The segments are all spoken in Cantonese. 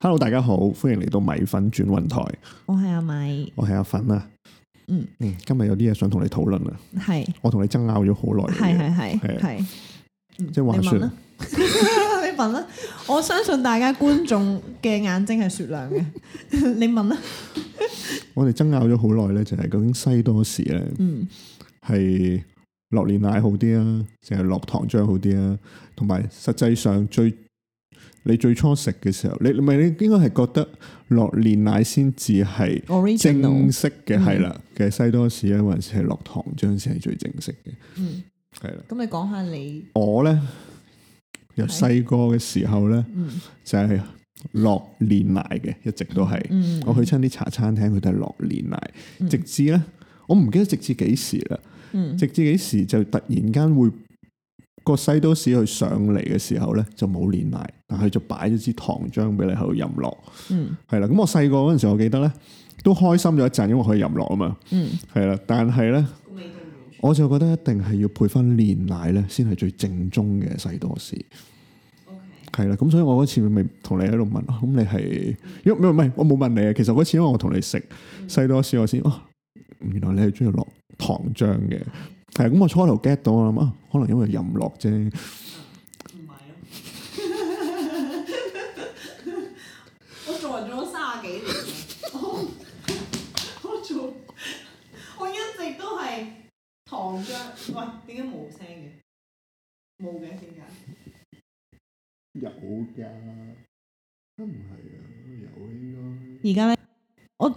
Hello，大家好，歡迎嚟到米粉轉運台，我係阿米，我係阿粉啊。嗯嗯，今日有啲嘢想同你討論啊，係我同你爭拗咗好耐嘅係嘢，係係係係，嗯即係話你說問啦， 你問啦，我相信大家觀眾嘅眼睛係雪亮嘅， 你問啦，我哋爭拗咗好耐咧，就係究竟西多士咧嗯，係落煉奶好啲啊，定係落糖漿好啲啊？同埋實際上最你最初食嘅時候，你唔係你應該係覺得落煉奶先至係 original 嗯正式嘅係啦嘅西多士咧，還是係落糖漿先係最正式嘅？嗯，係啦。咁你講下你，我咧由細個嘅時候咧，嗯就係落煉奶嘅，一直都係。嗯，我去親啲茶餐廳，佢都係落煉奶，嗯直至咧，我唔記得直至幾時啦。嗯直至幾時就突然間會個西多士去上嚟嘅時候咧，就冇煉奶，但係就擺咗支糖漿俾你喺度飲落，嗯係啦。咁我細個嗰陣時，我記得咧都開心咗一陣，因為可以飲落啊嘛，嗯係啦。但係咧。我就覺得一定係要配翻煉奶咧，先係最正宗嘅西多士。係啦，咁所以我嗰次咪同你喺度問，啊咁你係，因為唔係我冇問你啊。其實嗰次因為我同你食西多士，我先哦，原來你係中意落糖漿嘅。係咁，我初頭 get 到我諗啊，可能因為任落啫。啊 我做人做咗卅幾年，我我做我一直都係糖漿，喂，點解冇聲嘅？冇嘅點解？有㗎，唔係啊，有應而家咧，我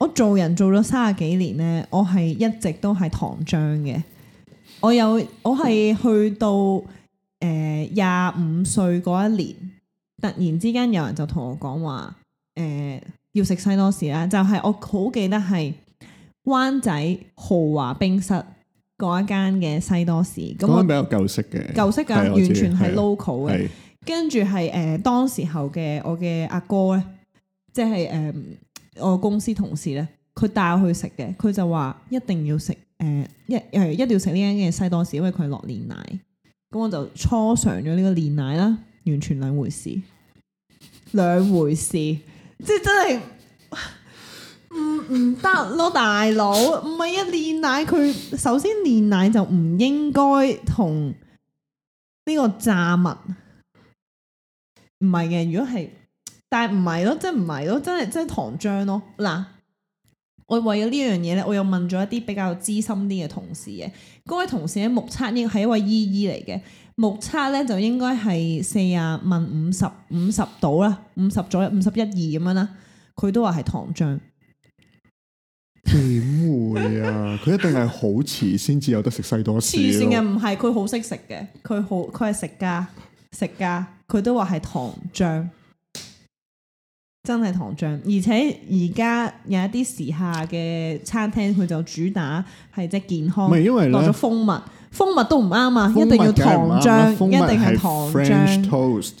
我做人做咗三十幾年咧，我係一直都係糖漿嘅。我有我係去到誒廿五歲嗰一年，突然之間有人就同我講話誒要食西多士啦，就係、我好記得係灣仔豪華冰室嗰一間嘅西多士，咁該。講緊我比較舊式嘅，舊式㗎，係我完知全係係 local 嘅。係跟住係誒當時候嘅我嘅阿哥咧，即係誒、呃我公司同事咧，佢帶我去食嘅，佢就話一定要食誒、一誒一定要食呢間嘅西多士，因為佢係落煉奶。咁我就初嘗咗呢個煉奶啦，完全兩回事，兩回事，即係真係。唔唔得咯，大佬，唔係啊！煉奶佢首先煉奶就唔應該同呢個炸物唔係嘅，如果係，但係唔係咯，即係唔係咯，真係真係糖漿咯。嗱，我為咗呢樣嘢咧，我又問咗一啲比較資深啲嘅同事嘅，嗰位同事咧目測應係一位姨姨嚟嘅，目測咧就應該係四啊問五十五十到啦，五十左右，五十一二咁樣啦，佢都話係糖漿。點會啊？佢一定係好遲先至有得食西多士黐線嘅咯。唔係，佢好識食嘅，佢好佢係食家食家，佢都話係糖漿，真係糖漿。而且而家有一啲時下嘅餐廳，佢就主打係即係健唔康，係因為落咗咧，蜂蜜，蜂蜜都唔啱啊，蜂一蜜定要糖梗係唔啱啦漿，蜂一蜜定係糖 French 漿。 toast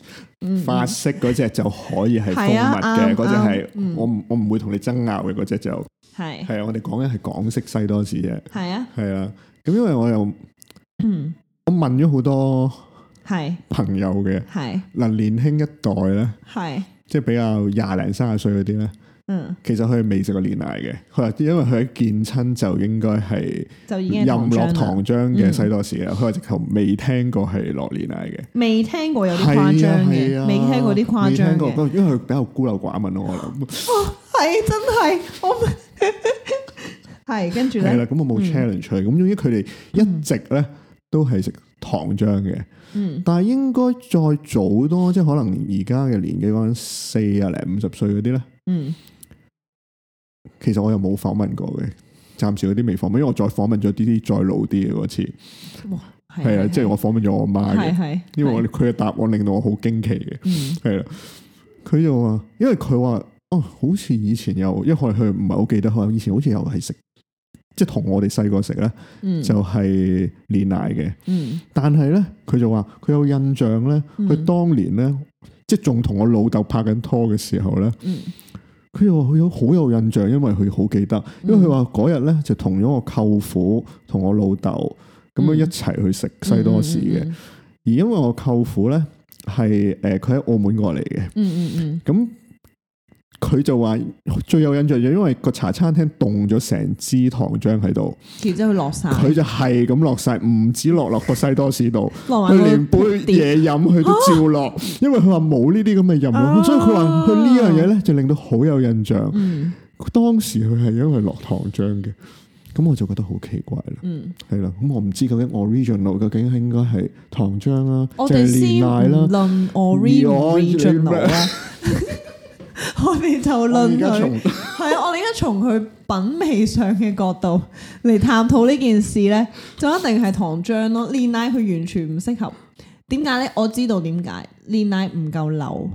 嗯法式嗰只就可以係蜂係啊蜜嘅，啱嗰只係啱嗯我唔我唔會同你爭拗嘅嗰只就係係啊我哋講緊係港式西多士啫，係啊，係啊。咁因為我又我嗯，問咗好多係朋友嘅係嗱，年輕一代咧，係，即係比較廿零三十歲嗰啲咧，嗯，其實佢係未食過煉奶嘅，佢話因為佢一見親就應該係。就已經係任落糖漿啦嗯糖漿嘅西多士啊，佢話直頭未聽過係落煉奶嘅，未聽過有啲係啊誇張係啊嘅，未聽過啲誇張未聽嘅。過因為佢比較孤陋 寡聞咯，我諗哦係真係我 係跟住係咧，啦，咁我冇 challenge 佢，咁總之佢哋一直咧都係食糖漿嘅，嗯但係應該再早多，即係可能而家嘅年紀講緊四啊零五十歲嗰啲咧，嗯其實我又冇訪問過嘅。暫時嗰啲未訪問，因為我再訪問咗啲啲再老啲嘅嗰次，哇係啊，即係我訪問咗我媽係嘅，係，因為我係佢嘅答案令到我好驚奇嘅。嗯係啦，佢就話，因為佢話哦，好似以前又，因為佢佢唔係好記得，佢話以前好似又係食，即係同我哋細個食咧，嗯就係煉奶嘅。嗯但係咧，佢就話佢有印象咧，嗯佢當年咧，即係仲同我老豆拍緊拖嘅時候咧，嗯佢又話佢有好有印象，因為佢好記得，因為佢話嗰日咧就同咗我舅父同我老豆咁樣嗯一齊去食西多士嘅，嗯而因為我舅父咧係誒佢喺澳門過嚟嘅。嗯嗯嗯咁佢就話最有印象就因為個茶餐廳凍咗成支糖漿喺度，然之後佢落晒，佢就係咁落晒，唔止落落個西多士度，落埋佢個連杯碟嘢飲佢都照落，因為佢話冇呢啲咁嘅任務，啊所以佢話佢呢樣嘢咧就令到好有印象。嗯當時佢係因為落糖漿嘅，咁我就覺得好奇怪啦。嗯，係啦，咁我唔知究竟 original 究竟係應該係糖漿啦，我淨哋係先煉奶啦唔。論 original 啦， 我哋就我而論家佢從係啊！我哋而家從佢品味上嘅角度嚟探討呢件事咧，就一定係糖漿咯。煉奶佢完全唔適合，點解咧？我知道點解煉奶唔夠流，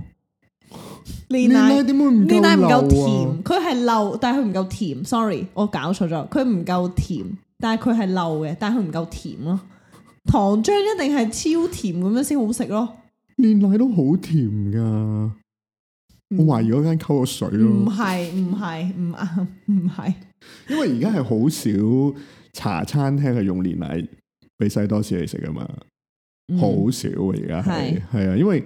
煉煉奶奶點會唔煉奶唔夠夠甜流啊？，佢係漏，但係佢唔夠甜。Sorry，我搞錯咗，佢唔夠甜，但係佢係漏嘅，但係佢唔夠甜咯。糖漿一定係超甜咁樣先好食咯，煉奶都好甜噶，我懷疑嗰間溝咗水嗯唔咯，係唔係唔啱，唔係。因為而家係好少茶餐廳係用煉奶俾西多士嚟食噶嘛，嗯好、少啊而家係係係啊，因為誒、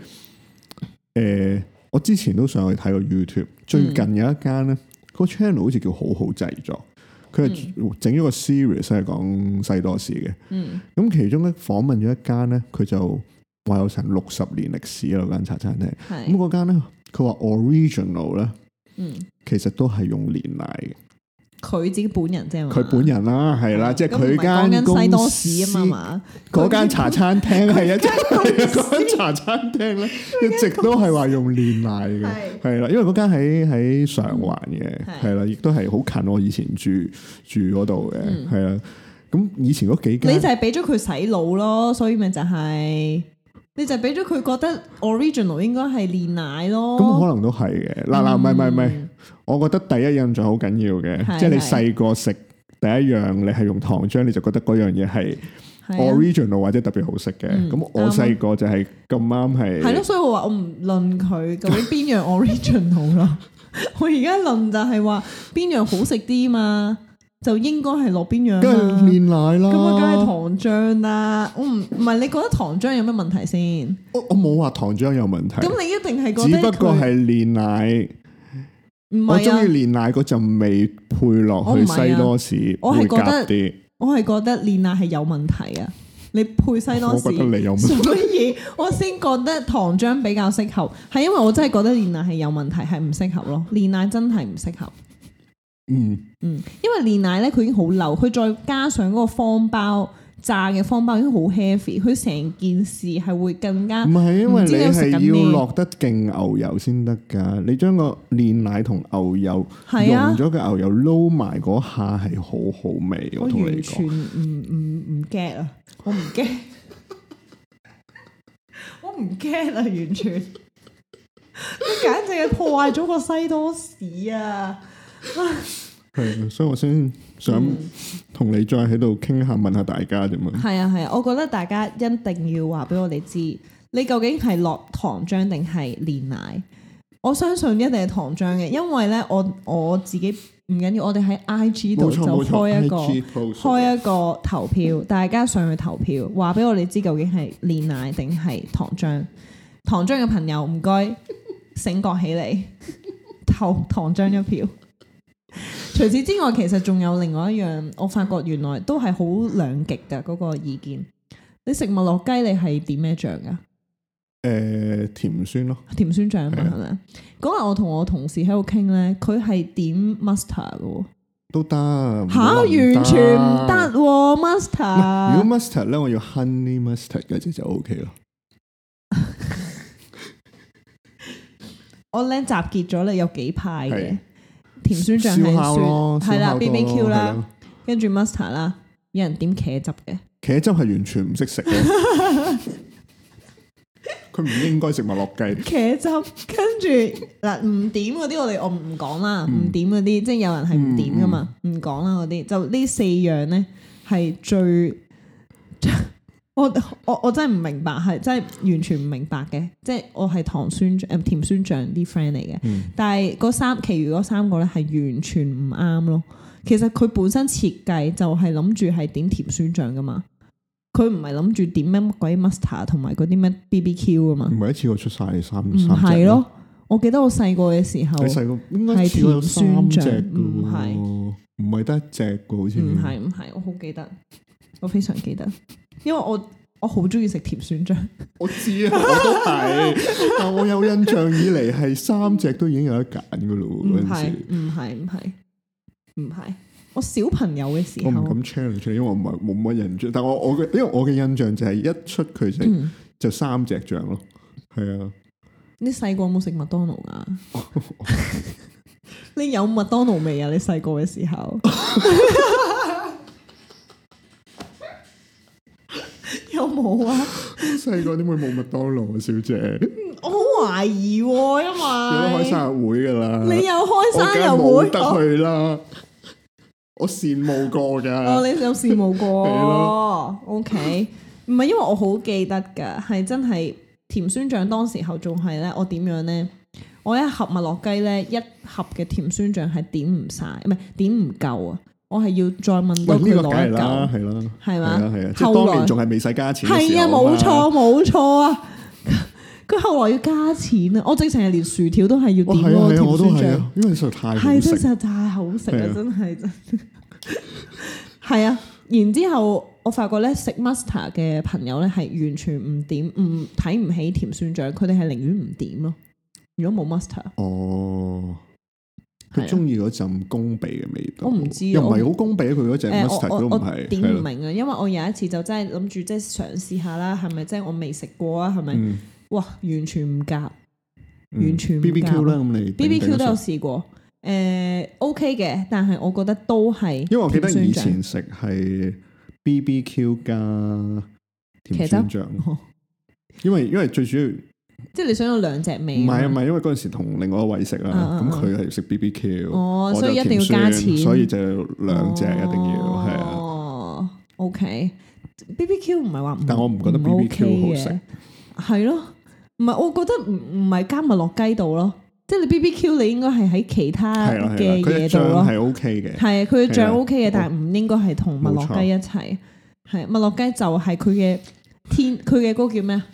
呃我之前都上去睇過 YouTube，最嗯近有一間咧、個 channel 好似叫好好製作，佢係整咗個 series 係講西多士嘅。嗯咁其中咧訪問咗一間咧，佢就話有成六十年歷史啦嗰間茶餐廳。咁係嗰間咧，佢話 original 咧，嗯，其實都係用煉奶嘅。佢自己本人啫嘛，佢本人啦，係啦，即嗯咁係唔係佢間講緊西公多司士啊嘛嘛，嗰間茶餐廳係一間間公司嗰間茶餐廳咧，一直都係話用煉奶嘅，係啦，因為嗰間喺喺上環嘅，係係啦，亦都係好近我以前住住嗰度嘅，係啦。咁以前嗰幾嗯你間就係俾咗佢洗腦咯，所以咪就係、你就係俾咗佢覺得 original 應該係煉奶咯。咁可能都係嘅。嗱嗱，唔係唔係唔係。嗯我覺得第一印象好緊要係嘅，即係你細個食第一樣，你係用糖漿，你就覺得嗰樣嘢係係啊 original 或者特別好食嘅。嗯咁、我細個就係咁啱係咯，係，所以我話我唔論佢究竟邊樣 original 咯， 我而家論就係話邊樣好食啲嘛，就應該係落邊樣跟住啦。煉奶啦。咁啊，梗係糖漿啦。我唔唔係你覺得糖漿有咩問題先？我我冇話糖漿有問題，咁你一定係覺只得不過佢係煉奶。唔我中意係啊？煉奶嗰陣味配落我去唔係啊西多士，我係會覺夾得啲。我係覺得煉奶係有問題啊！你配西多我覺得士。你有問題。所以 我先覺得糖漿比較適合，係因為我真係覺得煉奶係有問題，係唔適合咯。煉奶真係唔適合。嗯，嗯，因為煉奶咧，佢已經好流，佢再加上嗰個方包炸嘅方包已經好 heavy，佢成件事係會更加唔係因為唔你知你食緊係要咩落得勁牛油先得㗎。你將個煉奶啊同牛油。係用啊！咗嘅牛油撈埋嗰下係好好味，我我同你完全講。唔唔唔 get 啊！我唔 get，我唔 get 啊！完全，你簡直係破壞咗個西多士啊！係，啊所以我先想嗯同你再喺度傾下，問下大家啫嘛。係啊係啊，我覺得大家一定要話俾我哋知，你究竟係落糖漿定係煉奶？我相信一定係糖漿嘅，因為咧我我自己唔緊要，我哋喺 I G 度冇就錯冇開錯一個，IG post 開一個投票，大家上去投票，話俾我哋知究竟係煉奶定係糖漿。糖漿嘅朋友唔該醒覺起嚟， 投糖漿一票。除此之外，其實仲有另外一樣，我發覺原來都係好兩極嘅嗰個意見。你食麥樂雞，你係點咩醬噶？誒甜酸咯，甜酸醬嘛係啊係咪？嗰日我同我同事喺度傾咧，佢係點 mustard 嘅喎，都得。唔嚇好話唔完全唔唔得啊喎係 mustard 如。果 mustard 咧，我要 honey mustard 嗰只就 OK 咯。我咧集結咗咧有幾派嘅係甜酸醬燒係烤咯，酸，係啦燒烤多咯 BBQ 係啦咯，跟住 mustard 啦，有人點茄汁嘅， 茄汁係完全唔識食嘅。佢唔應該食麥樂雞，茄汁跟住嗱唔點嗰啲我哋我唔講啦，嗯唔點嗰啲即係有人係唔點噶嘛，唔講啦嗰啲，就呢四樣咧係最。 我我我真係唔明白，係真係完全唔明白嘅，即係我係糖酸醬、呃甜酸醬啲 friend 嚟嘅，嗯但係嗰三，其餘嗰三個咧係完全唔啱咯。其實佢本身設計就係諗住係點甜酸醬噶嘛，佢唔係諗住點咩乜鬼 mustard 同埋嗰啲咩 BBQ 噶嘛，嗯唔係一次過出晒三唔三隻嗯係咯。我記得我細個嘅時候你，細個應該試過有三隻嘅喎唔嗯係唔係得一隻嘅好似。唔係唔係，我好記得，我非常記得，因為我我好中意食甜酸醬，我知啊，我都 係，但我有印象以嚟係三隻都已經有得揀嘅咯唔喎嗰陣嗯係時。唔係唔係唔係，我小朋友嘅時我唔候，敢 challenge 你，因為我唔係冇乜印象。但我我嘅，因為我嘅印象就係一出佢就嗯就三隻象咯，係啊， 你細個有冇食麥當勞啊？你有麥當勞味啊？你細個嘅時候 有冇啊？細個點會冇麥當勞啊，小姐？我好懷疑喎、有得開因為生日會㗎啦，你有開我梗生係日會冇，得去啊啦，我羨慕過哦，㗎，你有事 冇係過？OK，唔係因為我好記得㗎，係真係甜酸醬當時候仲係咧，我點樣咧？我一盒麥樂雞咧，一盒嘅甜酸醬係點唔晒，唔係點唔夠啊！我係要再問多喂佢呢個梗攞係一嚿啦，，係啦，係係啊係啊嘛，？即係當年仲係未使加錢嘅時係啊，候嘛冇錯冇錯啊！ 佢後來要加錢啊！我直情係連薯條都係要點哇係嗰啊個係啊，我都甜係酸醬。啊，因為實在太好係真食。實太好食係啦，啊真係 真係啊！然之後我發覺咧，食 master 嘅朋友咧係完全唔點，唔睇唔起甜酸醬，佢哋係寧願唔點咯。如果冇 master，哦，係佢啊中意嗰陣攻鼻嘅味道，我唔知啊又唔係我好攻鼻，佢嗰隻誒我 mustard 我都唔我係，點係唔啦，明啊？因為我有一次就真係諗住即係嘗試下啦，係咪即係我未食過啊？係咪？嗯，哇！完全唔夾嗯完全唔 B B Q 夾啦，咁你，B B Q 都有有，試過，誒、OK 嘅，但係我覺得都係因為我記得以甜酸醬前食係 B B Q 加甜酸醬，哦因為因為最主要唔即係你想有兩隻味，係啊，唔係因為嗰陣時同另外一位食啦，嗯嗯咁佢係食 B B Q，哦我就所以一定要甜加酸錢所以就兩隻一定要係啊。哦，OK。B B Q 唔係話唔，但我唔覺得 BBQ 好食唔 OK 嘅，係咯，唔係我覺得唔唔係加埋落雞度咯，即係你 B B Q 你應該係喺其他係啦，係啦，啊嘅佢嘅嘢度醬咯，係 O K 嘅，係啊佢嘅係啦醬 O K 嘅，但係唔應該係同麥冇樂錯雞一齊，係麥樂雞就係佢嘅天，佢嘅嗰個叫咩啊？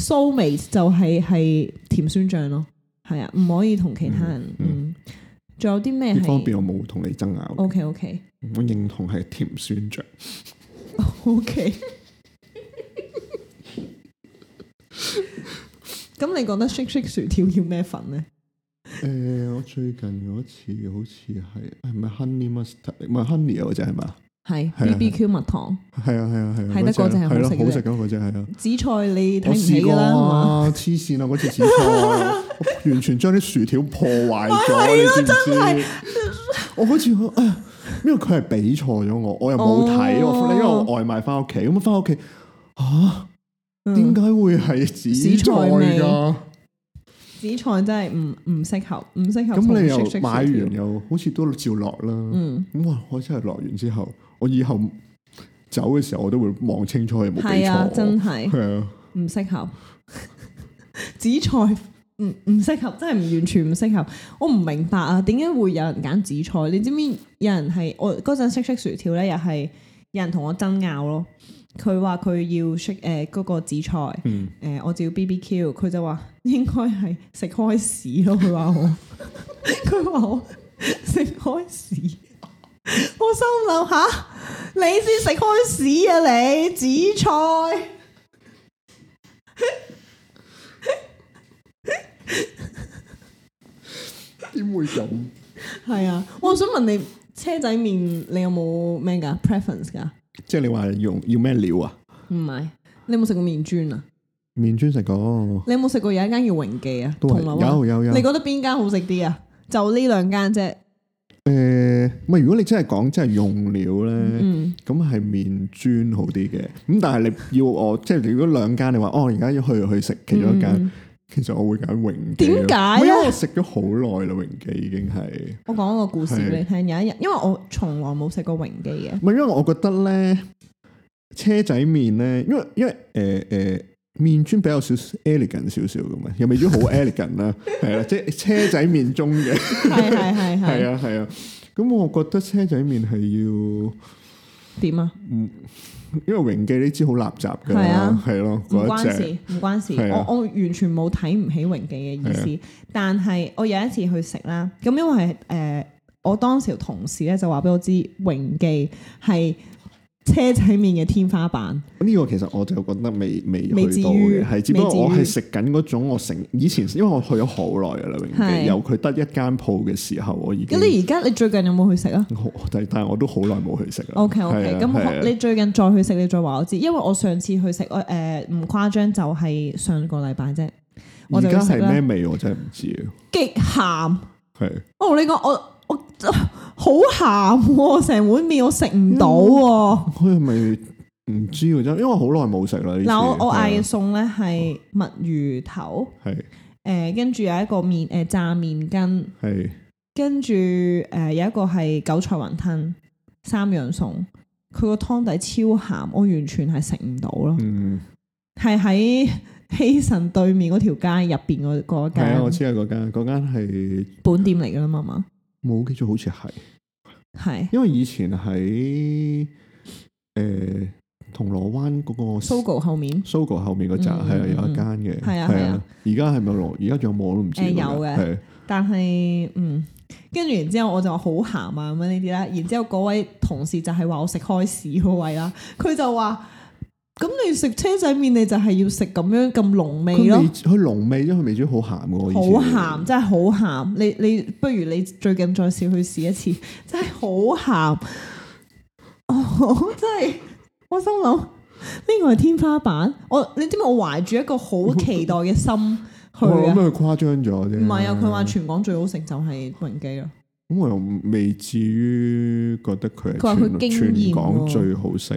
騷味就係係甜酸醬咯，係啊，唔可以同其他人，嗯嗯，仲有啲咩呢方係哦面我冇同你爭拗嘅， ？O K O K。我認同係甜酸醬。 O K。咁你覺得 shake shake 薯條要咩粉咧？誒、我最近嗰次好似係係咪 honey mustard？唔係 honey 啊，嗰只係咪啊？係係 B 啊 B Q 蜜糖，係啊係啊係啊，係得嗰隻係好係咯食嘅好食咯嗰只啊係啊！紫菜你睇我唔試起㗎過啦，係嘛？啊，黐線啊！嗰次紫 菜，我完全將啲薯條破壞咗，你知唔知？ 我好似哎呀，因為佢係俾錯咗我，我又冇睇，哦我因為我外賣翻屋企，咁翻屋企點嗯解會係紫紫菜菜味㗎？紫菜真係唔唔適合，唔適合同咁你又 shake-shake 買薯條完又好似都照落啦。嗯，咁哇！我真係落完之後，我以後走嘅時候我都會望清楚有冇俾係錯。啊，真係係啊，唔適合。 紫菜唔唔適合，真係唔完全唔適合。我唔明白啊，點解會有人揀紫菜？你知唔知有人係我嗰陣識識薯條咧，又係有人同我爭拗咯。佢話佢要 shake 誒嗰個紫菜，誒、嗯我就要 BBQ，佢就話應該係食開屎咯。佢話我， 佢話我食開屎，我心諗吓，你先食開屎啊你紫菜。點會咁？係啊，我想問你車仔麵你有冇咩㗎 preference 㗎？即係你話用要咩料啊？唔係，你有冇食過麵磚啊？面磚食過，你有冇食過有一間叫榮記啊？都銅係鑼灣有有有。你覺得邊間好食啲啊？就呢兩間啫。誒，唔係如果你真係講真係用料咧，嗯，咁係面磚好啲嘅。咁但係你要我即係如果兩間你話哦，而家要去去食其中一間，嗯其實我會揀榮記咯。點解啊唔係因咧為我食咗好耐啦，榮記已經係。我講個故事係俾你聽。有一日，因為我從來冇食過榮記嘅， 唔係，因為我覺得咧，車仔麵咧，因為因為誒誒、面磚比較少 elegant 少少咁啊，又未 至於好 elegant 啦，係啊啦，即係車仔麵中嘅，係係係係啊係。啊係啊。咁我覺得車仔麵係要點啊？因為榮記呢支好垃圾㗎係啦啊，係咯，唔嗰關一隻事，唔關事。係啊嗯我我完全冇睇唔起榮記嘅意思，但係我有一次去食啦，咁因為誒、呃我當時同事咧就話俾我知，榮記係車仔面嘅天花板，呢個其實我就覺得未未未去到至於嘅，係只不過我未至於係食緊嗰種我成以前，因為我去咗好耐㗎啦，榮記係由佢得一間鋪嘅時候，我已經咁你而家你最近有冇去食啊？我但但係我都好耐冇去食啦。 O K O 嗯係 K，啊咁係我啊你最近再去食，你再話我知，因為我上次去食，我誒唔誇張，就係呃上個禮拜啫，我就而家去食係啦咩，味我真係唔知極鹹。啊，係我同你講，我我 好鹹喎，成碗面我食唔到喎。佢係咪唔知㗎啫？因為我好耐冇食啦。呢次嗱，我我嗌係嘅餸咧係墨魚頭，啊係誒跟住有一個面誒、炸面筋，係跟住誒有一個係韭菜雲吞，三樣餸。佢個湯底超鹹，我完全係食唔到咯。嗯係喺 希慎對面嗰條街入邊嗰嗰係啊！我間知啊，嗰間嗰間係本店嚟噶啦嘛嘛，冇記錯，好似係。係因為以前喺誒銅鑼灣嗰個 Sogo 後面 Sogo 後面嗰扎嗯係啊有一嗯間嘅，係啊係啊。而家係咪落？而家仲有冇我都唔知。誒有嘅係但係嗯，跟住然之後我就話好鹹啊咁樣呢啲啦，然之後嗰位同事就係話我食開屎嗰位啦，佢就話：咁你食車仔麵你就係要食咁樣咁濃味佢咯味，佢濃味，因為佢味主好鹹嘅喎。好以前鹹，真係好鹹。你你不如你最近再試去試一次， 真係好鹹。哦，真係我心諗呢個係天花板。我你知唔知我懷住一個好期待嘅心 去我諗啊？佢誇張咗啫。唔係啊，佢話全港最好食就係雲記咯。咁我又未至於覺得佢佢話係佢全經全驗港喎最好食。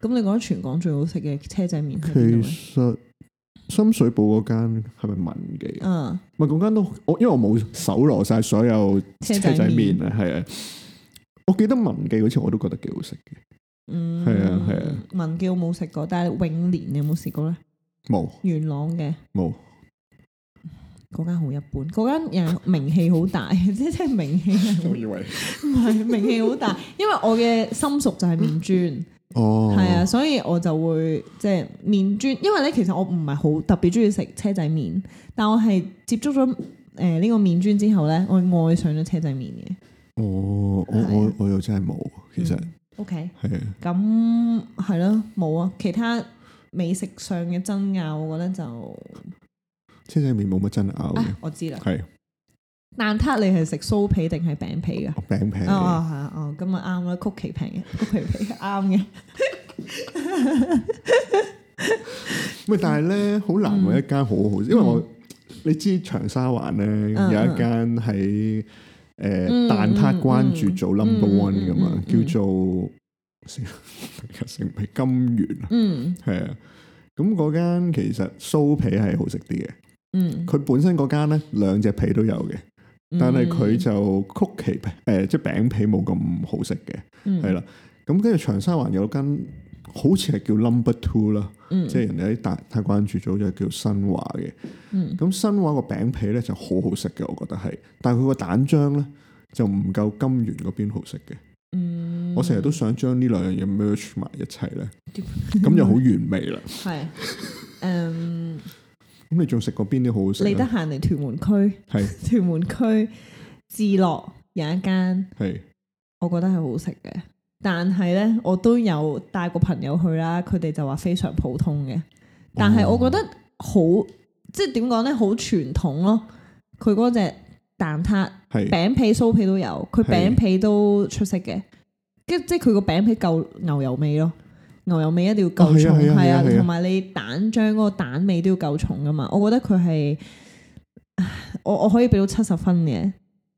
咁你覺得全港最好食嘅車仔麵係其邊度呢？實深水埗嗰間係咪文記？啊嗯，唔係嗰間都，我因為我冇搜羅晒所有車車仔仔面麵，啊，係啊。我記得文記好似我都覺得幾好食嘅，嗯，係啊係啊。文記我冇食過，但係永年你有冇試過呢？冇元朗嘅冇嗰間好一般，嗰間人名氣好大， 即即係名氣係好以為 唔係名氣好大，因為我嘅心熟就係面磚，哦，係啊，所以我就會即係面磚，因為咧其實我唔係好特別中意食車仔麵，但我係接觸咗誒呢個面磚之後咧，我係愛上咗車仔麵嘅。哦，我係我啊我又真係冇，其實嗯 OK，係啊，咁係咯，冇啊，其他美食上嘅爭拗，我覺得就車仔面冇乜爭拗嘅啊，，我知啦。係蛋撻你係食酥皮定係餅皮㗎？我餅皮啊哦哦係啊哦，咁啊啱啦，曲奇平嘅，曲 奇皮啱嘅。喂，但係咧好難揾一間好好，因為我你知長沙灣咧嗯有一間喺誒嗯蛋撻關注組 number 嗯 one 嗯噶嘛嗯，叫嗯做 死啦大家食唔起金源啊，嗯係啊。咁嗰間其實酥皮係好食啲嘅，嗯，佢本身嗰間咧兩隻皮都有嘅，但係佢就曲奇皮誒、即係餅皮冇咁好食嘅，係係啦、咁跟住長沙灣有間好似係叫 Number Two 啦，嗯即係人哋喺大太關注組就叫新華嘅。嗯咁新華個餅皮咧就好好食嘅，我覺得係，但係佢個蛋漿咧就唔夠金源嗰邊好食嘅。嗯，我成日都想將呢兩樣嘢 merge 埋一齊咧，咁就好完美啦。嗯 係誒，咁你仲食過邊啲好好食你得啊？閒嚟屯門區，係屯門區置樂有一間。係我覺得係好食嘅。但係呢，我都有帶個朋友去啦，佢哋就話非常普通嘅。但係我覺得好，即係點講呢？好傳統咯。佢嗰只蛋撻係餅皮、酥皮都有，佢係餅皮都出色嘅。跟即係佢個餅皮夠牛油味咯，牛油味一定要夠重，啊係啊係啊係啊係啊，同埋你蛋漿嗰個蛋味都要夠重噶嘛。我覺得佢係，唉我我可以俾到七十分嘅，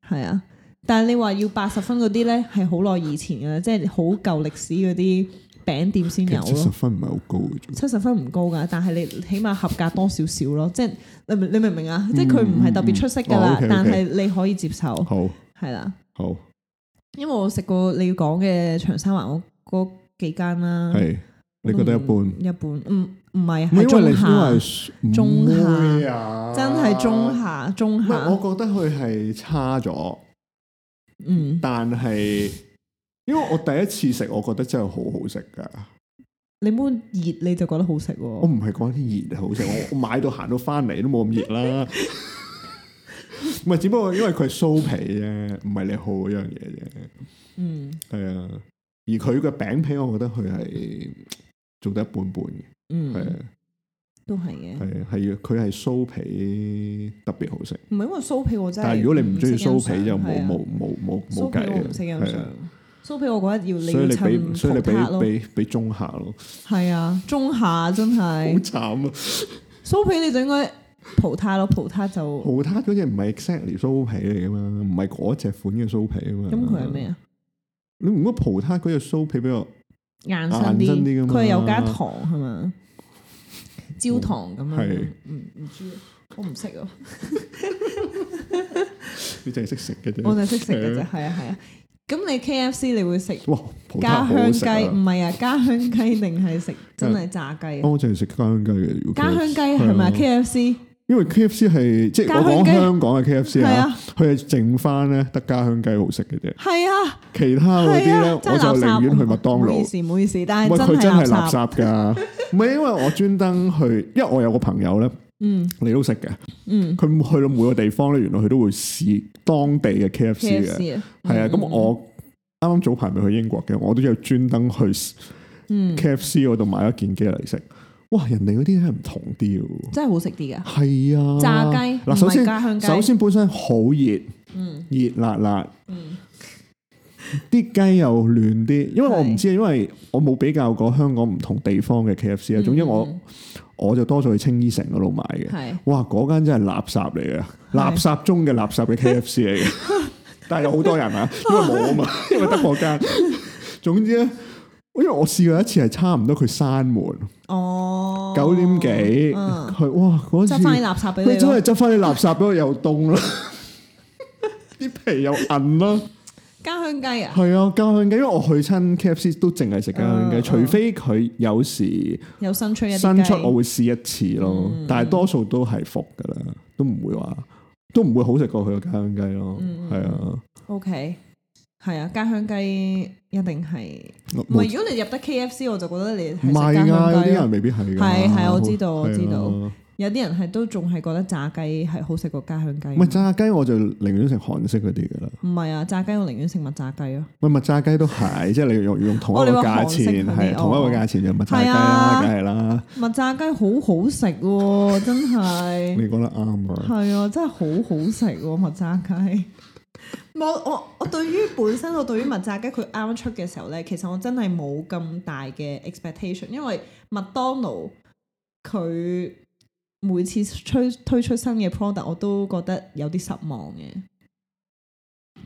係啊。但係你話要八十分嗰啲咧，係好耐以前嘅啦，即係好舊歷史嗰啲餅店先其有實七十咯。分唔係好高嘅啫。七十分唔高㗎，但係你起碼合格多少少咯，即係你明你明唔明啊？即係佢唔係特別出色㗎嗯嗯嗯嗯哦啦， ，OK，OK 但係你可以接受，好係啦。好因為我食過你要講嘅長沙灣嗰嗰幾間啦，係，你覺得一般？嗯一般，唔唔係唔係係因為中你下，因為中下唔會啊真係中。下中唔下係，，我覺得佢係差咗，嗯，哦但係因為我第一次食，我覺得真係好好食㗎。你冇熱你就覺得好食我喎。唔係講啲熱啊，好似我我買到行到翻嚟都冇咁熱啦。唔係，只不過因為佢係酥皮啫，唔係你好嗰樣嘢啫。嗯係啊，而佢嘅餅皮，我覺得佢係做得一半半嘅，係嗯，啊都係嘅。係啊係啊佢係酥皮特別好食。唔係因為酥皮我真係，但係如果你唔中意酥皮就冇係啊冇冇冇酥冇皮計我唔識欣嘅，係賞啊。酥皮我覺得要你所以要你俾襯所以你葡撻俾咯，俾俾中下咯，係啊，中下真好係慘啊！酥皮你就應該葡撻咯，葡撻就葡撻嗰只唔係 exactly 酥皮嚟噶嘛，唔係嗰只款嘅酥皮啊嘛。咁佢係咩？啊？你如果葡撻嗰只酥皮比較硬身啊硬身啲㗎啲，嘛佢係有加糖係嘛？焦糖咁樣係，唔唔知，我唔識啊，你淨係識食嘅啫。我就係識食嘅啫，係啊係啊係啊。咁你 K F C 你會食哇，葡家撻好好鄉食雞唔啊！係啊，家鄉雞定係食真係炸雞啊？哦我淨係食家鄉雞嘅。如果家鄉 KFC 雞係咪啊係啊 K F C 因為 K F C 係即係我講家鄉雞香港嘅 K F C 係啊啊，佢係剩翻咧得家鄉雞好食嘅啫，係啊其他嗰啲係咧啊，真我係垃就寧圾。願去麥當唔好意勞。思，唔好意思，但喂，係佢真係係垃。圾㗎，唔係因為我專登去，因為我有個朋友咧，嗯你都識嘅，嗯佢去到每個地方咧，原來佢都會試當地嘅 K F ，K C F 嘅， C 啊，係啊，咁我。啱啱早排咪去英國嘅，我都有專登去嗯 K F C 嗰度買一件機嚟食。哇！人哋嗰啲係唔同啲喎，真係好食啲㗎。係啊，炸雞嗱，唔首係先家鄉雞，首先本身好熱，嗯熱辣辣，嗯啲雞又嫩啲，因為我唔係知，啊因為我冇比較過香港唔同地方嘅 K F C 啊。總之我嗯我就多數去青衣城嗰度買嘅。係。哇！嗰間真係啊垃圾嚟嘅，垃圾中嘅垃圾嘅 K F C 嚟嘅。 但係有好多人啊，因為冇啊嘛，因為得我間。總之咧，因為我試過一次係差唔多佢閂門，哦，九點幾，嗯，佢哇嗰次執翻啲垃圾俾你佢真係咯。執翻啲垃圾俾我又凍啦， 啲皮又韌啦。家鄉雞啊，係啊，家鄉雞，因為我去親 K F C 都淨係食家鄉雞，嗯除非佢有時有新出一啲新雞嗯出，我會試一次咯。但係多數都係服噶啦，都唔會話，都唔會好食過佢嘅家鄉雞咯。嗯係啊， OK，係啊，家鄉雞一定係。唔冇係，如果你入得 K F C，我就覺得你唔係食係家㗎，有鄉啲雞咯人。未必係㗎。係係我知道係啊我知道有啲人係都仲係覺得炸雞係好食過家鄉雞。啊唔係炸雞，我就寧願食韓式嗰啲㗎啦。唔係啊，炸雞我寧願食麥炸雞咯。唔係咪炸雞都 係，即係你用用同一個哦你話價韓式錢，嗰啲係哦同一個價錢就咪炸雞啦，係啊梗係啦。麥炸雞好好食喎，真係。你講得啱啊！係啊，真係好好食喎麥炸 雞。我我我對於本身我對於麥炸雞佢啱出嘅時候咧，其實我真係冇咁大嘅 expectation，因為麥當勞佢每次推推出新嘅 product，我都覺得有啲失望嘅。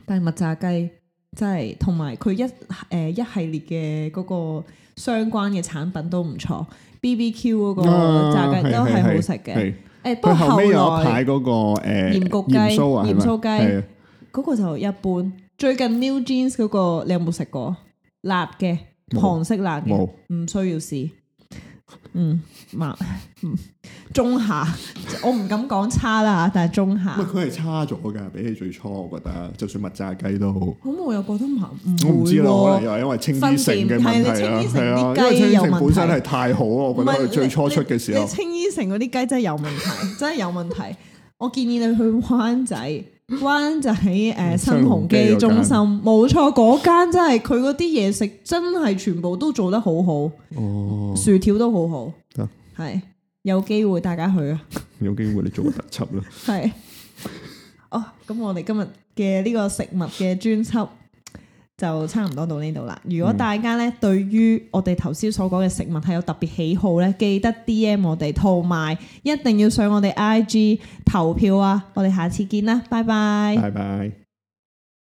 但係麥炸雞真係同埋佢一誒、呃一系列嘅嗰個相關嘅產品都唔錯，BBQ 嗰個啊炸雞都係好食嘅。係誒，不過佢後後尾有一來排嗰個誒鹽焗雞鹽酥啊，係咪鹽酥雞係啊嗰個就一般。最近 New Jeans 嗰個你有冇食過？辣嘅，冇韓式辣嘅，冇唔需要試。嗯，麻嗯中下，我唔敢講差啦，但係中下唔。係啊佢係差咗㗎，比起最初我覺得，就算蜜炸雞都好，咁我又覺得麻唔我唔知啦，可能會喎。又係因為青衣城嘅問題啦，分係店啊，係因你為青青衣衣城啲雞城本身有問題係太好咯，我覺得佢最初出嘅時你候你，青衣城嗰啲雞真係有問題， 真係有問題。我建議你去灣仔，灣仔誒、呃新鴻基中嗯新心，冇錯，嗰間真係佢嗰啲嘢食真係全部都做得好好。哦，薯條都好好得，係有機會大家去啊， 有機會你做個特輯啦，係。哦，咁我哋今日嘅呢個食物嘅專輯就差唔多到呢度啦。如果大家咧對於我哋頭先所講嘅食物係有特別喜好咧，記得 D M 我哋，同埋一定要上我哋 I G 投票啊！我哋下次見啦，拜拜。拜拜。